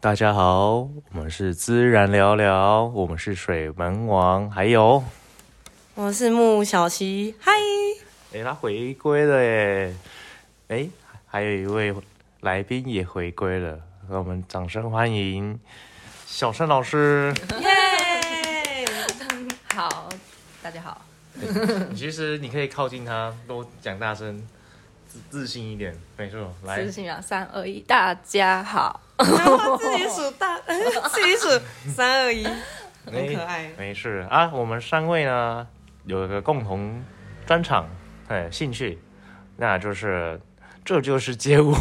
大家好，我们是自然聊聊，我们是水门王，还有，我是木小琪， 嗨，哎、他回归了耶！哎、还有一位来宾也回归了，让我们掌声欢迎小山老师。耶！好，大家好。 其实你可以靠近他，多讲大声，自自信一点，没错，来私，信啊，三二一，大家好。自己数大， 自己数三 二一，很可爱哎没事啊。我们三位呢有一个共同专场，哎，兴趣，那就是这就是街舞。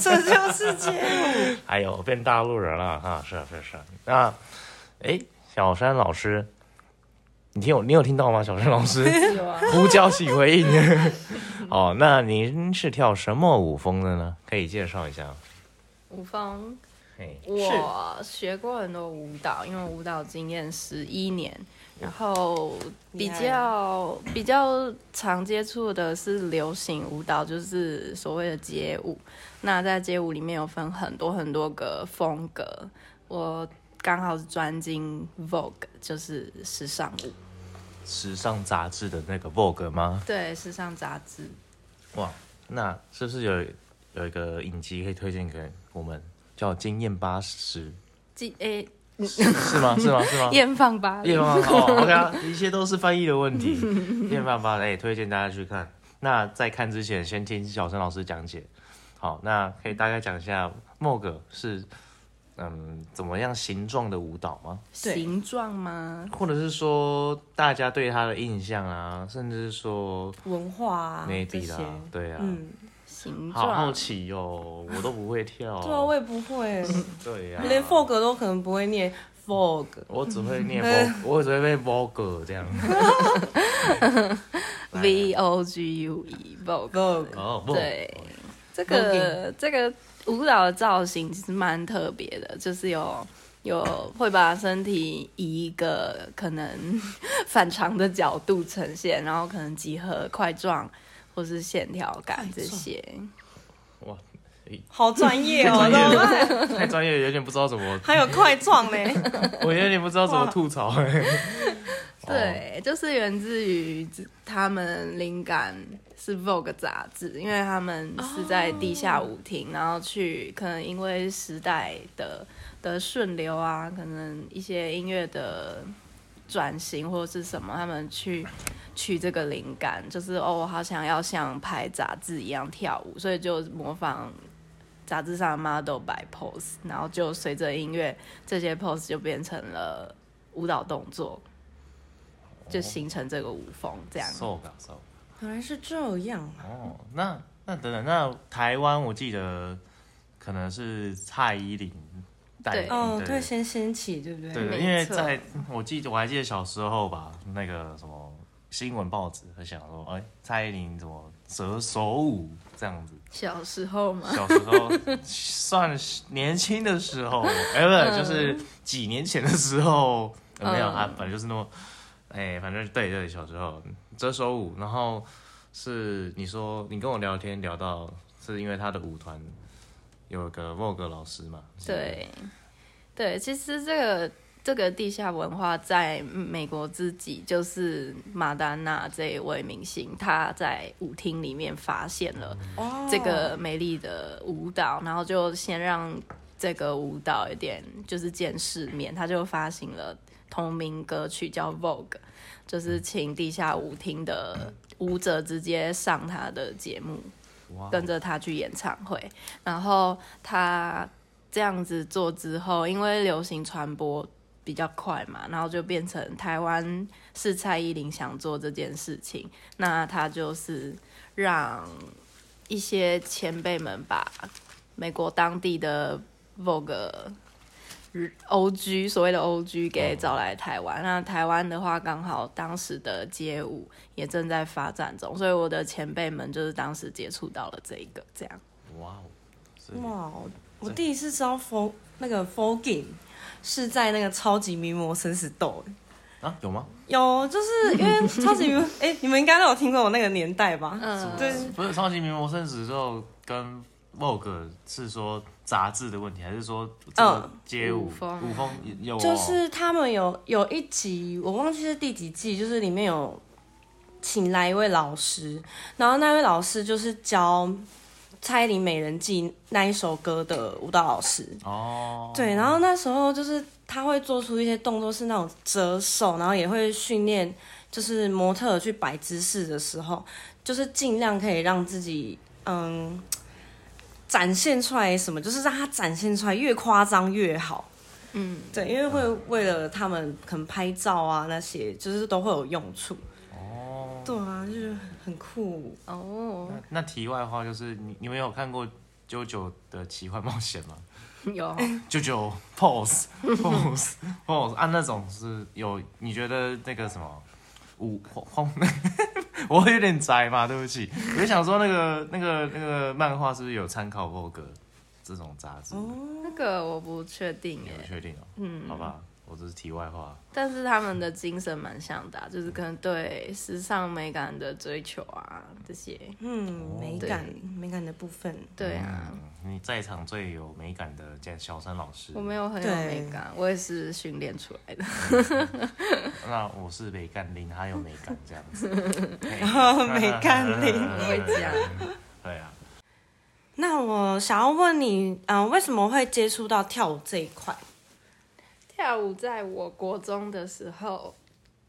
这就是街舞。哎呦，变大陆人了啊！是啊是啊是啊。那，哎，小山老师，你听有你有听到吗？小山老师 呼叫起回应。 哦，那您是跳什么舞风的呢？可以介绍一下吗。吴峰，嘿，我学过很多舞蹈，因为舞蹈经验十一年，然后厉比害较比较常接触的是流行舞蹈，就是所谓的街舞。那在街舞里面有分很多很多个风格，我刚好是专精 Vogue，就是时尚舞，时尚杂志的那个 Vogue 吗？对，时尚杂志。哇，那是不是有有一个影集可以推荐给我们，叫《惊艳八十记诶、》？是吗？是吗？是吗？艳放吧，夜饭哦，OK 啊，一切都是翻译的问题。夜饭吧，哎，推荐大家去看。那在看之前，先听小陈老师讲解。好，那可以大概讲一下 Mog 是嗯怎么样形状的舞蹈吗？对形状吗？或者是说大家对它的印象啊，甚至是说文化啊，这 maybe 些啦，，对啊，嗯，形好好状，奇哟、我都不会跳。对啊，我也不会，对呀、连 fog 都可能不会念 fog。我只会念 Vogue，我只会背 Vogue 这样。 V O G U E Vogue。 Vogue，哦，Vogue 对，这个这个舞蹈的造型其实蛮特别的，就是有有会把身体以一个可能 反常的角度呈现，然后可能集合块状或是线条感这些。 好专业哦太，专业都了 太专业了，有点不知道怎么还有块状 呢，我有点不知道怎么吐槽哎、对，就是源自于他们灵感是 Vogue 杂志，因为他们是在地下舞厅，然后去可能因为时代的的顺流啊，可能一些音乐的转型或者是什么，他们去取这个灵感，就是哦，我好想要像拍杂志一样跳舞，所以就模仿。杂志上的 model 摆 pose，然后就随着音乐，这些 pose 就变成了舞蹈动作，就形成这个舞风这样。瘦感瘦原来是这样。哦，那那等等，那台湾我记得可能是蔡依林带领的，哦，对，先掀起，对不对？对对，没因为错在我记得我还记得小时候吧，那个什么新闻报纸会想说，哎、蔡依林怎么折手舞这样子。小时候嘛，小时候算是年轻的时 候，哎、不是，就是几年前的时候，呃没有嗯啊，反正就是那么，哎、反正对对，小时候这首舞，然后是你说你跟我聊天聊到，是因为他的舞团有个 Vogue 老师嘛？是不是，对，对，其实这个这个地下文化在美国自己，就是马丹娜这一位明星，她在舞厅里面发现了哦这个美丽的舞蹈，然后就先让这个舞蹈有点就是见世面，他就发行了同名歌曲叫《Vogue》，就是请地下舞厅的舞者直接上他的节目，哇，跟着他去演唱会。然后他这样子做之后，因为流行传播比较快嘛，然后就变成台湾是蔡依林想做这件事情，那他就是让一些前辈们把美国当地的 Vogue。O G 所谓的 O G 给找来台湾，那台湾的话刚好当时的街舞也正在发展中，所以我的前辈们就是当时接触到了这一个这样。哇哦，是嗯哇，我第一次知道 fog 那个 fogging 是在那个超级名模生死斗，欸啊，有吗？有就是因为超级名模，哎、你们应该都有听过我那个年代吧？嗯，对，不是超级名模生死之后跟 Vogue 是说杂志的问题，还是说这个嗯街舞哦舞风舞风有、哦、就是他们有有一集，我忘记是第几季，就是里面有请来一位老师，然后那位老师就是教《猜林美人计》那一首歌的舞蹈老师。哦，对，然后那时候就是他会做出一些动作是那种折手，然后也会训练就是模特儿去摆姿势的时候，就是尽量可以让自己嗯展现出来什么，就是让他展现出来越夸张越好。嗯，对，因为会为了他们可能拍照啊那些，就是都会有用处。哦，对啊，就是很酷。哦，那题外话就是，你你们有看过《九九的奇幻冒险》吗？ 有，九九 pose pose pose 啊，那种是有你觉得那个什么舞荒， 我有点宅嘛，对不起，我就想说那个那个那个漫画是不是有参考 Vogue 这种杂志？那个我不确定你不耶，确定哦，嗯，好吧，我这是题外话。但是他们的精神蛮像的啊、就是可能对时尚美感的追求啊这些，嗯，美对感美感的部分，对啊，嗯，你在场最有美感的简小三老师，我没有很有美感，我也是训练出来的。那我是美干林，他有美感这样 子，美感哦林会讲，对啊，那我想要问你，嗯、为什么会接触到跳舞这一块？跳舞在我国中的时候，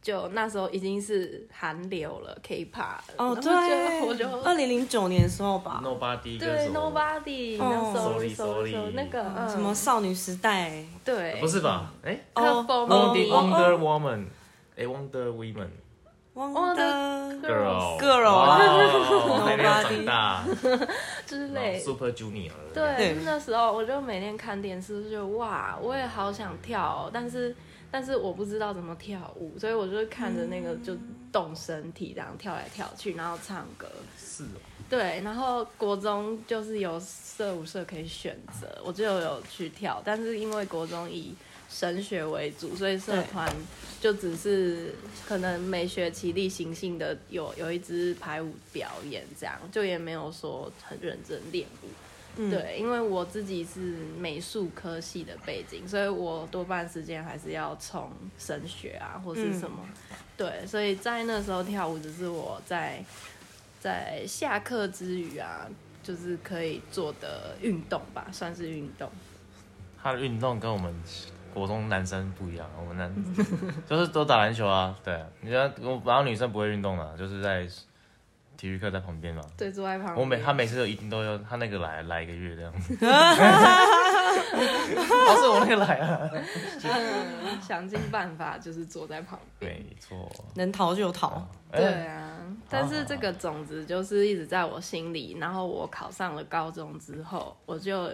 就那时候已经是韩流了，K-pop 哦，然后就对，我就二零零九年的时候吧， Nobody 跟对什么 Nobody，哦然后 Sorry Sorry, Sorry Sorry 那个嗯什么少女时代，对，不是吧？哎哦 Club for ，Wonder Mommy Wonder Woman，哎，Wonder Woman 忘啊的 Girl Girl 哇啊哦还没有长 Nobody 大之然类后。，Super Junior，对， 对就是那时候我就每天看电视，就哇，我也好想跳、哦，但是但是我不知道怎么跳舞，所以我就看着那个就动身体，这样跳来跳去，然后唱歌。是哦，对，然后国中就是有社舞社可以选择，我就有去跳，但是因为国中以升学为主，所以社团就只是可能每学期例行性的有有一支排舞表演，这样就也没有说很认真练舞。嗯对，因为我自己是美术科系的背景，所以我多半时间还是要冲升学啊，或是什么。嗯对，所以在那时候跳舞只是我在在下课之余啊，就是可以做的运动吧，算是运动。他的运动跟我们国中男生不一样，我们男 就是都打篮球啊，对，你知道，然后女生不会运动的，就是在体育课在旁边嘛。对，坐在旁边。我每他每次都一定都要他那个来来一个月这样子，哦，是我那个来了，嗯想尽办法就是坐在旁边。 没错，能逃就逃，哎对啊，但是这个种子就是一直在我心里。然后我考上了高中之后，我就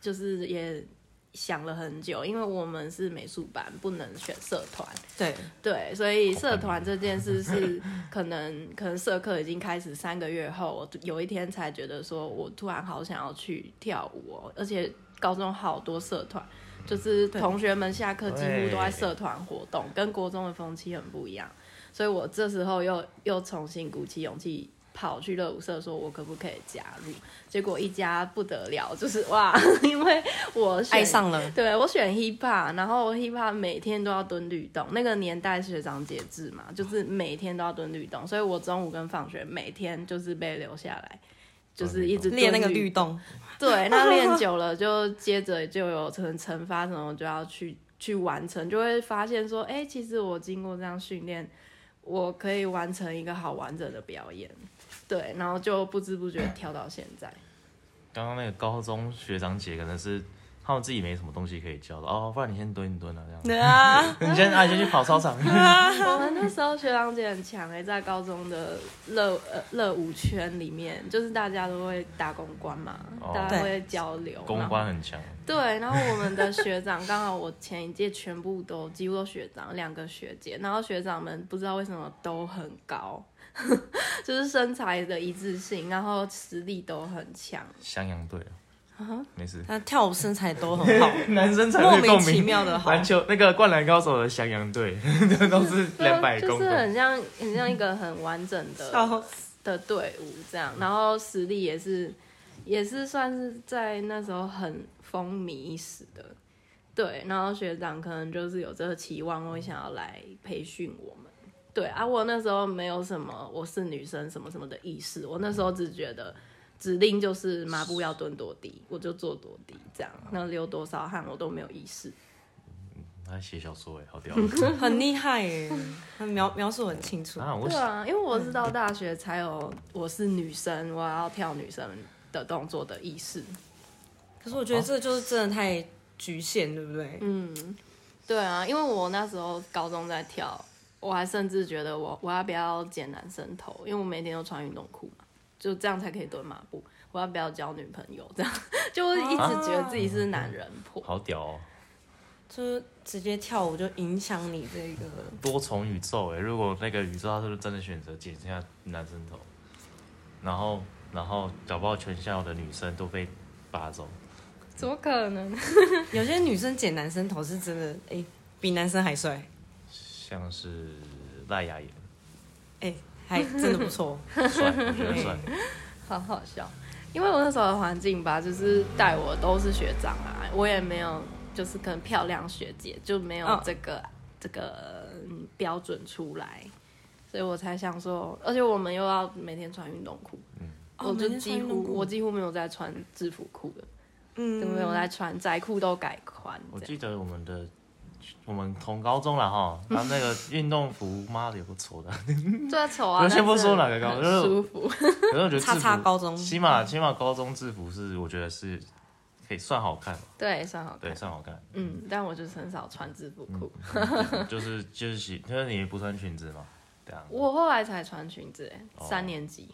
就是也想了很久，因为我们是美术班，不能选社团，对，对，所以社团这件事是可能可能社课已经开始三个月后，我有一天才觉得说，我突然好想要去跳舞哦，而且高中好多社团。就是对同学们下课几乎都在对社团活动，跟国中的风气很不一样，所以我这时候又又重新鼓起勇气跑去热舞社，说我可不可以加入？结果一加不得了，就是哇， 因为我选爱上了，对我选 hip hop，然后 hip hop 每天都要蹲律动，那个年代学长节制嘛，就是每天都要蹲律动，所以我中午跟放学每天就是被留下来，就是一直蹲练那个律律动，对， 那练久了就接着就有惩惩罚什么，就要去去完成，就会发现说，哎、其实我经过这样训练，我可以完成一个好完整的表演，对，然后就不知不觉跳到现在。刚刚那个高中学长姐可能是他们自己没什么东西可以教的哦，不然你先蹲一蹲啊这样子，啊，你先啊你先去跑操场，我们那时候学长姐很强哎、在高中的热呃热舞圈里面，就是大家都会打公关嘛，哦大家会交流。公然后关很强，对，然后我们的学长刚好我前一届全部都几乎都学长，两个学姐，然后学长们不知道为什么都很高， 就是身材的一致性，然后实力都很强。襄阳队啊，没 事，那跳舞身材都 很好，男生才莫会名共其鸣。妙的好，篮球那个灌篮高手的襄阳队， 这都是两百公就是分，很像很像一个很完整的笑死的队伍这样，然后实力也是也是算是在那时候很风靡一时的。对，然后学长可能就是有这个期望，会想要来培训我们。对啊，我那时候没有什么我是女生什么什么的意识，我那时候只觉得指令就是麻布要蹲多低，我就做多低这样，那流多少汗我都没有意识。他写小说哎，好屌！ 很厉害耶，他描描述很清 楚。啊，我 对啊，因为我是到大学才有我是女生，我要跳女生的动作的意识。可是我觉得这就是真的太局限，对不对？嗯，对啊，因为我那时候高中在跳，我还甚至觉得我我要不要剪男生头，因为我每天都穿运动裤嘛，就这样才可以蹲马步。我要不要交女朋友？这样 就一直觉得自己是男人婆。好屌哦，就是直接跳舞就影响你这个，多重宇宙哎！如果那个宇宙他是不是真的选择剪下男生头，然后然后搞不好全校的女生都被拔走， 怎么可能？ 有些女生剪男生头是真的，哎、比男生还帅，像是赖雅妍，哎、还真的不错。帅，我觉得 帅。好好笑，因为我那时候的环境吧，就是带我都是学长啊，我也没有就是可能漂亮学姐，就没有嗯这个、这个嗯标准出来，所以我才想说，而且我们又要每天穿运动裤，我就几乎、我几乎没有在穿制服裤的，嗯都没有在穿窄裤都改宽我这样。记得我们的我们同高中了哈，他那个运动服，妈的也不错 的。这丑啊！我先不但是说哪个高很就是舒服。可是我觉得制服叉叉高 中起码起码高中制服是我觉得是可以算好看吧，对，算好看对，。算好 看。嗯，但我就是很少穿制服裤，嗯就是就是喜，就是你不穿裙子嘛，对啊，我后来才穿裙子、欸，哦三年级。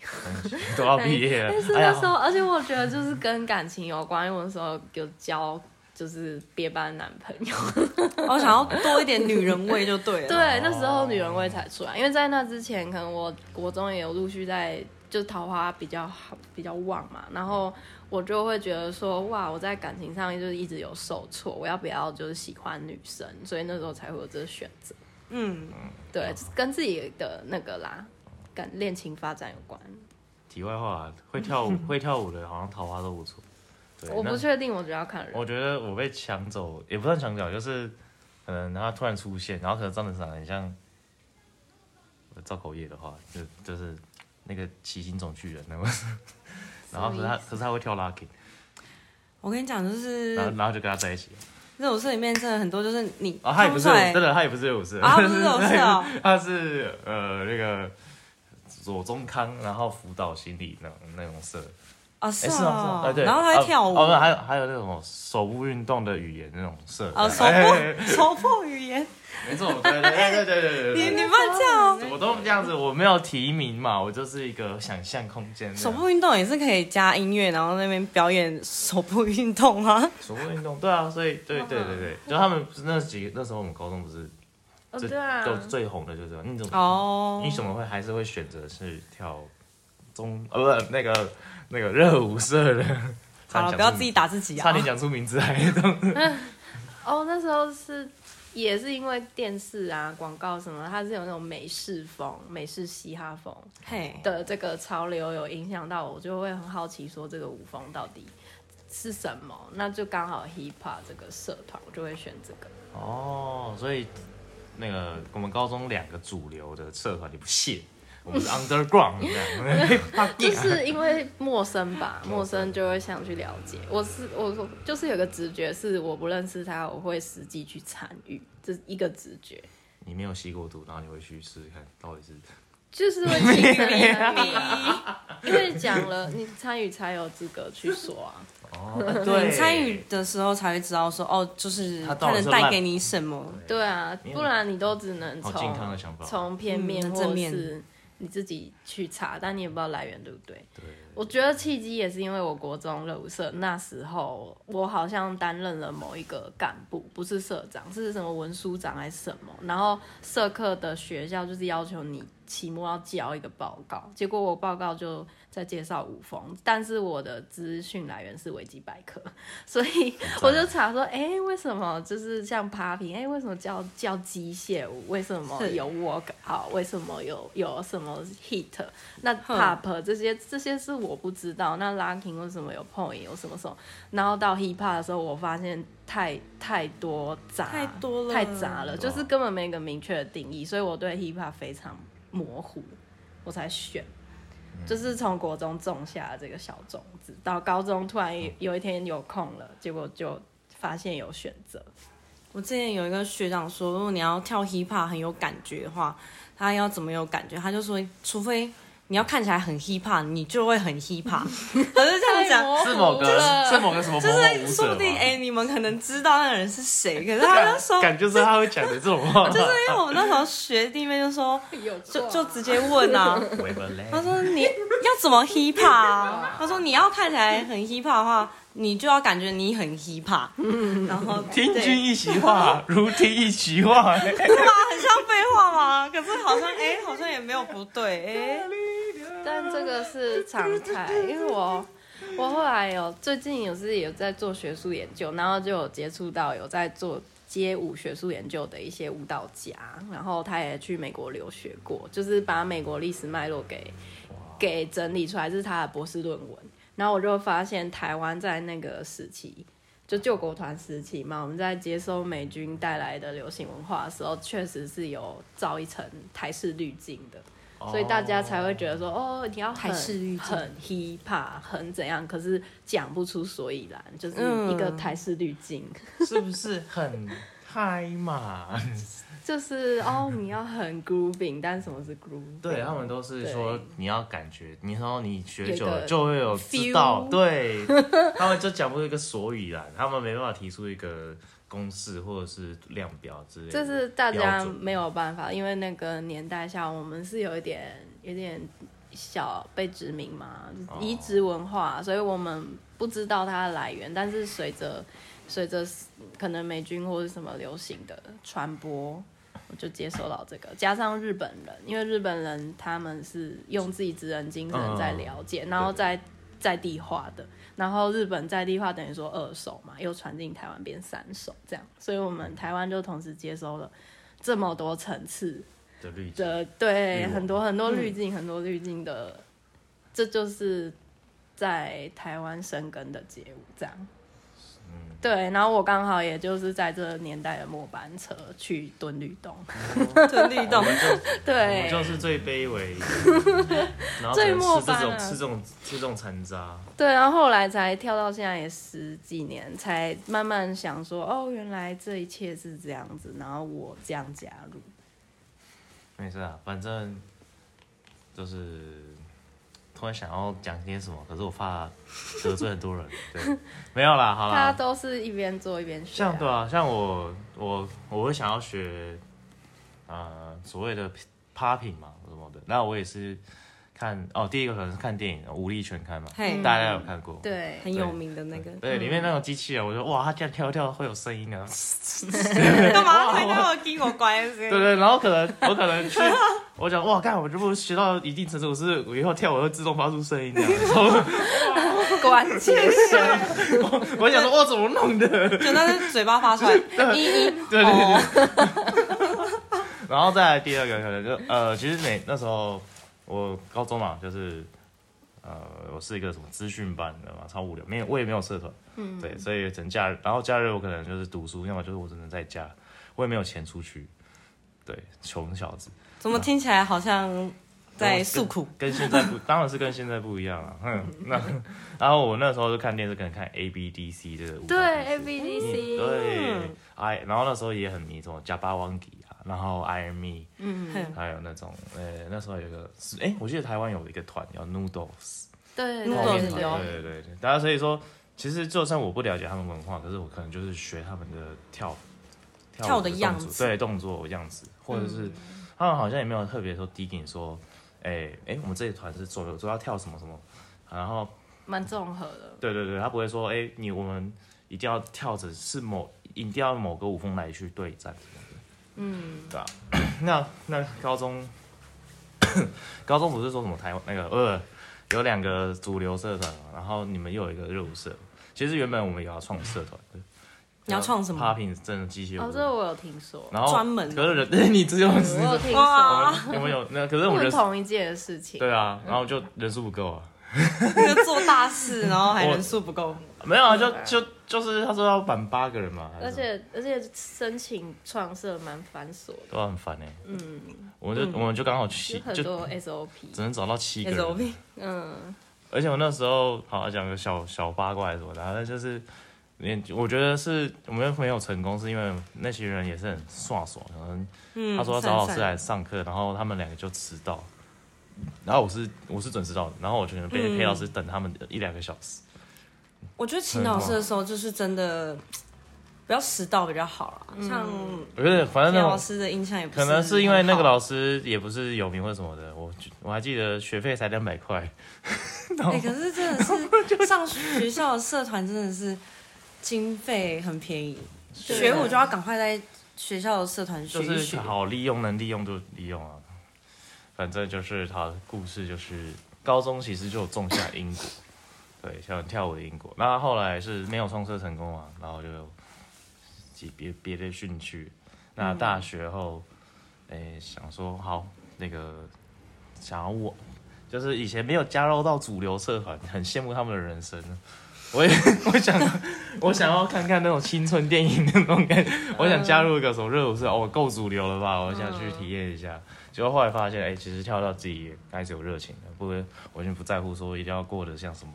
都要毕业了 但是，哎那时候，呀，而且我觉得就是跟感情有关，因为我那时候有交就是别班男朋友，我哦想要多一点女人味就对了。 对，那时哦候女人味才出来，因为在那之前，可能我国中也有陆续在就桃花比较好比较旺嘛，然后我就会觉得说，哇，我在感情上就是一直有受挫，我要不要就是喜欢女生？所以那时候才会有这个选择，嗯，对，就是跟自己的那个啦，感恋情发展有关。题外话，会跳舞会跳舞的，好像桃花都不错。对，我不那确定，我觉得要看人。我觉得我被抢走，也不算抢走，就是可能他突然出现，然后可能张得长得很像呃造口业的话，就就是那个骑行总巨人那个，然后可是他可是他会跳 lucky，我跟你讲，就是然后然后就跟他在一起了。热舞社里面真的很多，就是你啊，他也不是看出来真的，他哎也不是有事啊， 不是热舞社哦，他是呃那个左中康，然后辅导心理那种那种社，啊哎是是啊，哦哎，对，然后他啊还跳舞，哦，那还有还有那种手部运动的语言那种社，啊手哎破手破语言，没错，对对对对对对你对对你不能这样哦。我都这样子，我没有提名嘛，我就是一个想象空间。手部运动也是可以加音乐，然后那边表演手部运动啊。手部运动，对啊，所以对对对哦对，就他们那几个那时候我们高中不是哦最对啊，就最红的就是这个你怎么哦，你怎么会还是会选择是跳中呃不那个那个热舞社的？好了，不要自己打自己差啊点！讲出名字来。哦，那时候是也是因为电视啊、广告什么，它是有那种美式风、美式嘻哈风嘿，的这个潮流有影响到我，就会很好奇说这个舞风到底是什么。那就刚好 hip hop 这个社团，我就会选这个。哦，所以那个我们高中两个主流的社团你不屑，我们是 underground 这样。 就是因为陌生吧，陌陌生生就会想去了解。我是我我就是有个直觉，是我不认识他，我会实际去参与，这是一个直觉，你没有吸过毒，然后你会去试试看到底是就是会亲密啊，因为讲了你参与才有资格去说啊。哦，呃对，你参与的时候才会知道说，哦，就是它它到底能是带烂给你什么。对啊，没有不然你都只能好健康的从想法。从片面嗯或正面是你自己去查，但你也不知道来源，对不对？对，我觉得契机也是因为我国中热舞社那时候，我好像担任了某一个干部，不是社长，是什么文书长还是什么。然后社课的学校就是要求你期末要交一个报告，结果我报告就在介绍舞风，但是我的资讯来源是维基百科，所以啊我就查说，哎、为什么就是像 popping，哎、为什么叫叫机械舞？为什么是有 work out？为什么有有什么 hit？那哼 pop 这些这些是我不知道，那 locking 为什么有 point 有什么什么？然后到 hip hop 的时候，我发现太太多杂，太多了太杂啊了，就是根本没有一个明确的定义，所以我对 hip hop 非常模糊，我才选。嗯就是从国中种下的这个小种子，到高中突然有有一天有空了，结果就发现有选择。我之前有一个学长说，如果你要跳 hip hop 很有感觉的话，他要怎么有感觉？他就说，除非你要看起来很 hip hop，你就会很 hip hop。可是这样太讲模，糊是某个了是某个什么就某某舞是者说吗不定哎、你们可能知道那个人是谁，可是他就说，感觉是他会讲的这种话，就是因为我们那时候学弟妹就说，有就就直接问 啊，维伯雷他说你要怎么 hip hop 啊？他说你要看起来很 hip hop 的话，你就要感觉你很 hip hop。然后 听对君一席话，如听一席话。对吧？很像废话吗？可是好像哎、好像也没有不对哎、但这个是常态，因为我 我后来有最近有是有在做学术研究，然后就有接触到有在做街舞学术研究的一些舞蹈家，然后他也去美国留学过，就是把美国历史脉络给给整理出来，这是他的博士论文。然后我就发现台湾在那个时期。就救国团时期嘛，我们在接收美军带来的流行文化的时候，确实是有造一层台式滤镜的。所以大家才会觉得说，哦，你要台很式滤镜很 hip hop，很怎样，可是讲不出所以然，就是一个嗯台式滤镜， 是不是很嗨嘛？就是哦，你要很 grooving，但什么是 groove？对他们都是说啊对你要感觉，你然后你学有久一了个就会有知道， feel 对他们就讲不出一个所以然，他们没办法提出一个公式或者是量表之类的这标准。是大家没有办法，因为那个年代下，我们是有一点有点小被殖民嘛，哦就是移植文化，所以我们不知道它的来源。但是随着随着可能美军或者什么流行的传播，我就接收到这个，加上日本人，因为日本人他们是用自己职人精神嗯在了解，然后在在地化的，然后日本在地化等于说二手嘛，又传进台湾变三手这样，所以我们台湾就同时接收了这么多层次的滤镜，的，对，嗯很多很多滤镜，很多滤镜的，这就是在台湾生根的街舞这样。嗯对，然后我刚好也就是在这年代的末班车去蹲律动，就律我，动们就嗯我对们，就是最卑微，然后只最能末吃这班种了吃这种吃这种残渣。对，然后后来才跳到现在也十几年，才慢慢想说，哦，原来这一切是这样子，然后我这样加入，没事啊，反正就是突然想要讲些什么，可是我怕得罪很多人。对，没有啦， 好大家啦。都是一边做一边学、像对啊。啊，像我我我会想要学呃所谓的 popping 嘛什么的，那我也是看哦，第一个可能是看电影《武力全开》嘛，嘿，大家有看过？对，很有名的那个，对，里面那种机器人，我就哇，它这样跳一跳会有声音啊。干嘛推开我给我乖对对，然后可能我可能去，我讲哇，干，我如果学到一定程度，我是我以后跳我会自动发出声音这样。然后关键是 我想说，我怎么弄的？就那是嘴巴发出来，一一 对对对。 然后再来第二个可能就呃，其实每那时候我高中嘛，就是呃，我是一个什么资讯班的嘛，超无聊，没有我也没有社团，嗯，对，所以整假日，然后假日我可能就是读书，要么就是我只能在家，我也没有钱出去，对，穷小子。怎么听起来好像在诉苦？跟现在不，当然是跟现在不一样了。哼，那 然后我那时候就看电视，可能看 A B D C 这个舞蹈 对比赛 A B D 你 C，嗯对嗯，哎，然后那时候也很迷什么加巴旺吉啊，然后 I M E，嗯哼还有那种呃，那时候有一个是哎，我记得台湾有一个团叫 Noodles 对那泡种嗯面是团，对对对对，大家所以说，其实就算我不了解他们文化，可是我可能就是学他们的跳跳舞的动样作子对动作样子，或者是他们好像也没有特别说提醒说，哎、哎、我们这一团是左右左要跳什么什么，然后蛮综合的。对对对，他不会说，哎、你我们一定要跳着是某一定要某个舞风来去对战什么的，嗯，对啊。 那那高中高中不是说什么台湾那个呃有两个主流社团嘛，然后你们又有一个热舞社。其实原本我们也要创社团，你要创什么？Popping 真的机械哦，舞，这我有听说，然后专门可是人， 对你只有我有听我说，们我们有那可是我不们人数同一届的事情。对啊，然后就人数不够啊，那个做大事，然后还我人数不够，没有啊，就就就是他说要满八个人嘛，还而是什么且而且申请创社蛮繁琐的，都很烦哎、嗯，我们就、我们就刚好七有很就多只 SOP。能找到七个也是人，O P。嗯，而且我那时候好讲个小小八卦还是什么的，然后就是。连我觉得是我们没有成功，是因为那些人也是很耍耍，可能嗯，他说要找老师散来上课，然后他们两个就迟到，然后我是我是准时到的，然后我就能被嗯陪老师等他们一两个小时。我觉得请老师的时候就是真的不要迟到比较好啦。像我觉得反正嗯那田老种师的印象也不可能是因为那个老老师也不是有名或什么的，我我还记得学费才两百块， 哎、可是真的是上学校的社团真的是经费很便宜，对学舞就要赶快在学校的社团学就一是学。好利用能利用就利用啊。反正就是他的故事就是高中其实就有种下因果，对，像跳舞的因果。那后来是没有创设成功嘛，然后就几别别的兴趣。那大学后，诶、想说好那个想要我，就是以前没有加入到主流社团，很羡慕他们的人生。我也 我想我想要看看那种青春电影的那种感觉，我想加入一个什么热舞社，哦，够主流了吧？我想去体验一下。结果后来发现，哎、其实跳到自己也开始有热情了，不，我已经不在乎说一定要过得像什么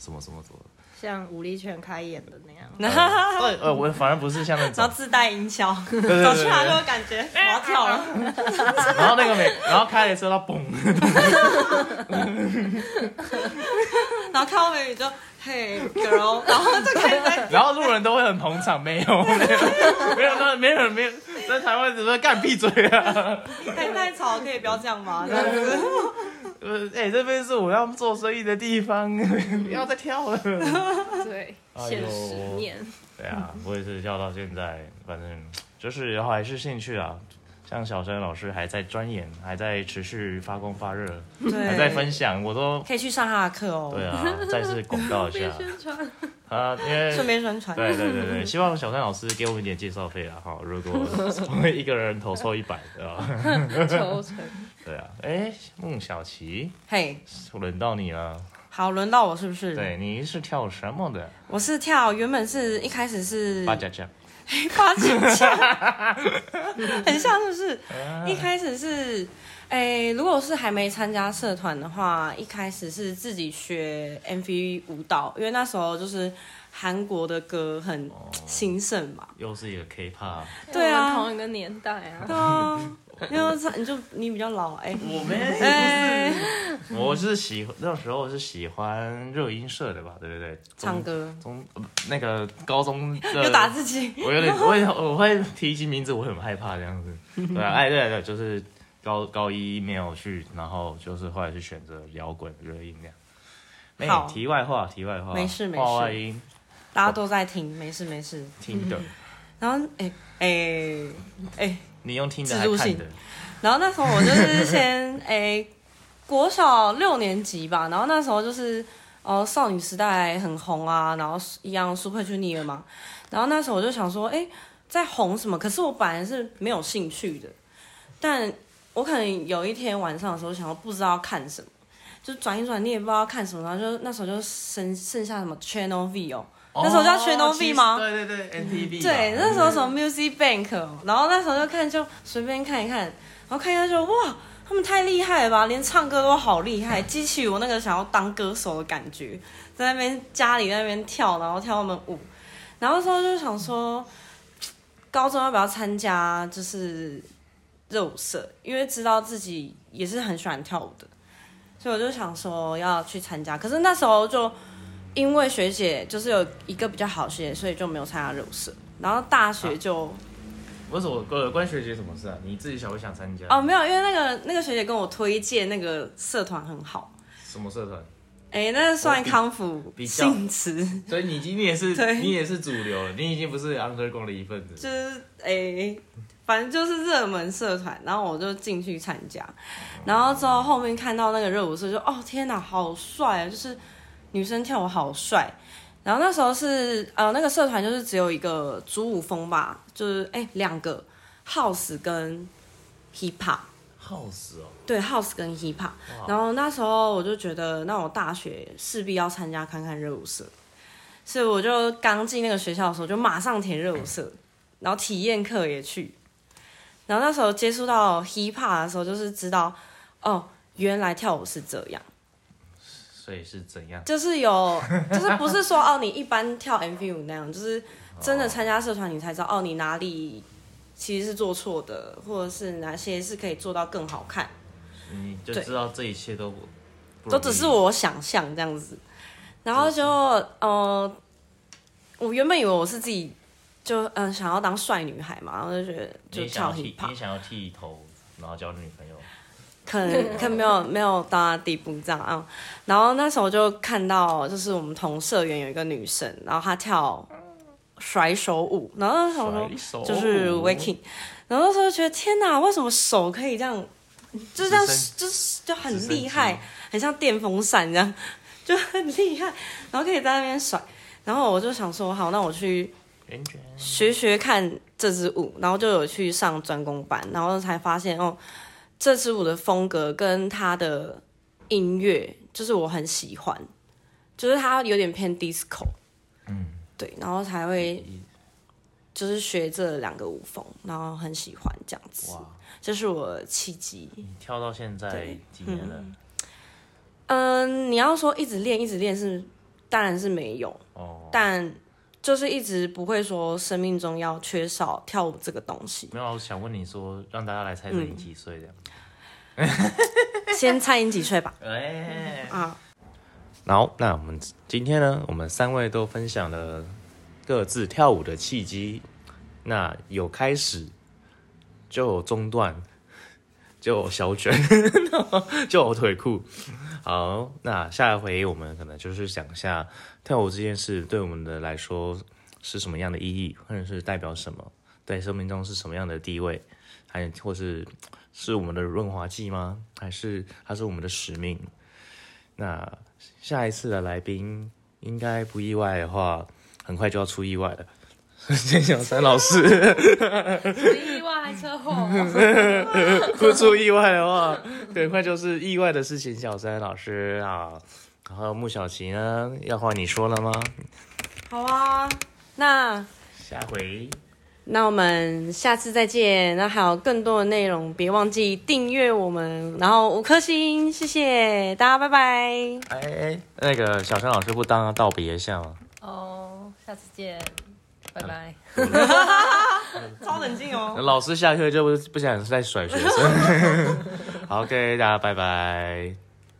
什么什么什 么。像武力全开演的那样，对，呃，我反而不是像那种然后，自带营销，对走对对去哪就会感觉 我要跳了，然后那个美，然后开了车到嘣，然后看到美女就嘿 girl，然 后就开始在然后路人都会很捧场，没有 没有没有，那没有人没有在台湾只是干闭嘴啊。 太太吵，可以不要这样吗？这样子呃，哎、这边是我要做生意的地方， 不要再跳了。对， 哎呦现实面。对 啊，我也是跳到现在，反正就是还是兴趣啊。像小山老师还在钻研，还在持续发光发热，对，还在分享，我都可以去上他的课哦，对啊， 再次广告一下宣传，啊，因为顺便宣传。对对对对，希望小山老师给我们一点介绍费啊，哈，如果我们一个人投收一百，对吧？抽成，对啊，哎，孟小琪，嘿，轮到你了，好，轮到我是不是？，对，你是跳什么的？我是跳，原本是一开始是八 甲甲，八九家，很像是不是？一开始是，诶、如果是还没参加社团的话，一开始是自己学 MV 舞蹈，因为那时候就是韩国的歌很兴盛嘛。又是一个 K-pop，对啊我们同一个年代 啊，对啊，因为是你就你比较老哎、我没哎、我是喜欢那时候是喜欢热音社的吧，对不对？中唱歌中呃不那个高中的，又打自己，我有点我会我会提及名字，我会很害怕这样子。对 啊，哎对对，就是高高一没有去，然后就是后来是选择摇滚热音这样。没、好题外话，题外话，没事没事话外音大家都在听，没事没事。听嗯的，然后哎哎哎。你用听的自还助看性的，然后那时候我就是先诶、国小六年级吧，然后那时候就是哦、呃少女时代很红啊，然后一样苏佩去腻了嘛，然后那时候我就想说，诶、在红什么？可是我本来是没有兴趣的，但我可能有一天晚上的时候，想要不知道看什么，就转一转，你也不知道看什么，然后就那时候就剩剩下什么 Channel V 哦，那时候叫 Channel 哦 V 其实吗对对对，NTV 吧。对，那时候什么 Music Bank，哦然后那时候就看就随便看一看，然后看一看就哇，他们太厉害了吧，连唱歌都好厉害，激起我那个想要当歌手的感觉，在那边家里在那边跳，然后跳他们舞，然后那时候就想说，高中要不要参加就是热舞社，因为知道自己也是很喜欢跳舞的，所以我就想说要去参加，可是那时候就。因为学姐就是有一个比较好的学姐，所以就没有参加热舞社。然后大学就、为什么关关学姐什么事啊？你自己想不想参加？哦没有，因为那个那个学姐跟我推荐那个社团很好，什么社团？哎、哎，那算康复哦比较性质，所以你今天也是对你也是主流了，你已经不是 underground 的一份子就了。是哎、反正就是热门社团，然后我就进去参加，然后之后后面看到那个热舞社就，哦天哪，好帅啊！就是女生跳舞好帅。然后那时候是呃，那个社团就是只有一个主舞风吧，就是哎两个 house 跟 hip hop，耗死哦，对 house 跟 hip hop。然后那时候我就觉得，那我大学势必要参加看看热舞社，所以我就刚进那个学校的时候就马上填热舞社，然后体验课也去。然后那时候接触到 hip hop 的时候，就是知道哦，原来跳舞是这样，所以是怎样？就是有，就是不是说哦你一般跳 MV 舞那样，就是真的参加社团你才知道哦你哪里其实是做错的，或者是哪些是可以做到更好看。你就对知道这一切都不不都容易只是我想象这样子。然后就呃，我原本以为我是自己就嗯、呃想要当帅女孩嘛，然后就觉得就你想要跳 hip 剃 hop，你想要剃头，然后交女朋友，可能可能没有没有到那地步这样啊。然后那时候就看到就是我们同社员有一个女生，然后她跳甩手舞，然后那时候说手哦就是 waking，然后那时候觉得天哪，为什么手可以这样，就是这样直升，就是就直很升厉机害，很像电风扇这样， 就很厉害，然后可以在那边甩。然后我就想说，好，那我去圆圈，学学看这支舞，然后就有去上专攻班，然后才发现哦，这支舞的风格跟它的音乐就是我很喜欢，就是它有点偏 disco，嗯，对，然后才会就是学这两个舞风，然后很喜欢这样子，哇，这是我的契机。你跳到现在对几年了？嗯，你要说一直练一直练是，当然是没有，哦，但就是一直不会说生命中要缺少跳舞这个东西。 没有啊，我想问你说，让大家来猜猜嗯你几岁这样。先猜你几岁吧。哎，啊，好，那我们今天呢，我们三位都分享了各自跳舞的契机，那有开始，就有中断，就有小卷， 就有腿裤。好，那下一回我们可能就是讲一下跳舞这件事对我们的来说是什么样的意义，或者是代表什么，在生命中是什么样的地位，还有或是是我们的润滑剂吗？还是它是我们的使命？那下一次的来宾应该不意外的话，很快就要出意外了。 先想三老师， 意外还车 祸，不出意外的话，很快就是意外的事情。小三老师啊，然后穆小琪呢，要换你说了吗？好啊，那下回那我们下次再见。那还有更多的内容，别忘记订阅我们，然后五颗星，谢谢大家，拜拜。哎哎，那个小山老师不当道别啊一下吗？哦，下次见，拜拜。超冷静哦。 老师下课就不不想再甩学生。好，OK，大家拜拜。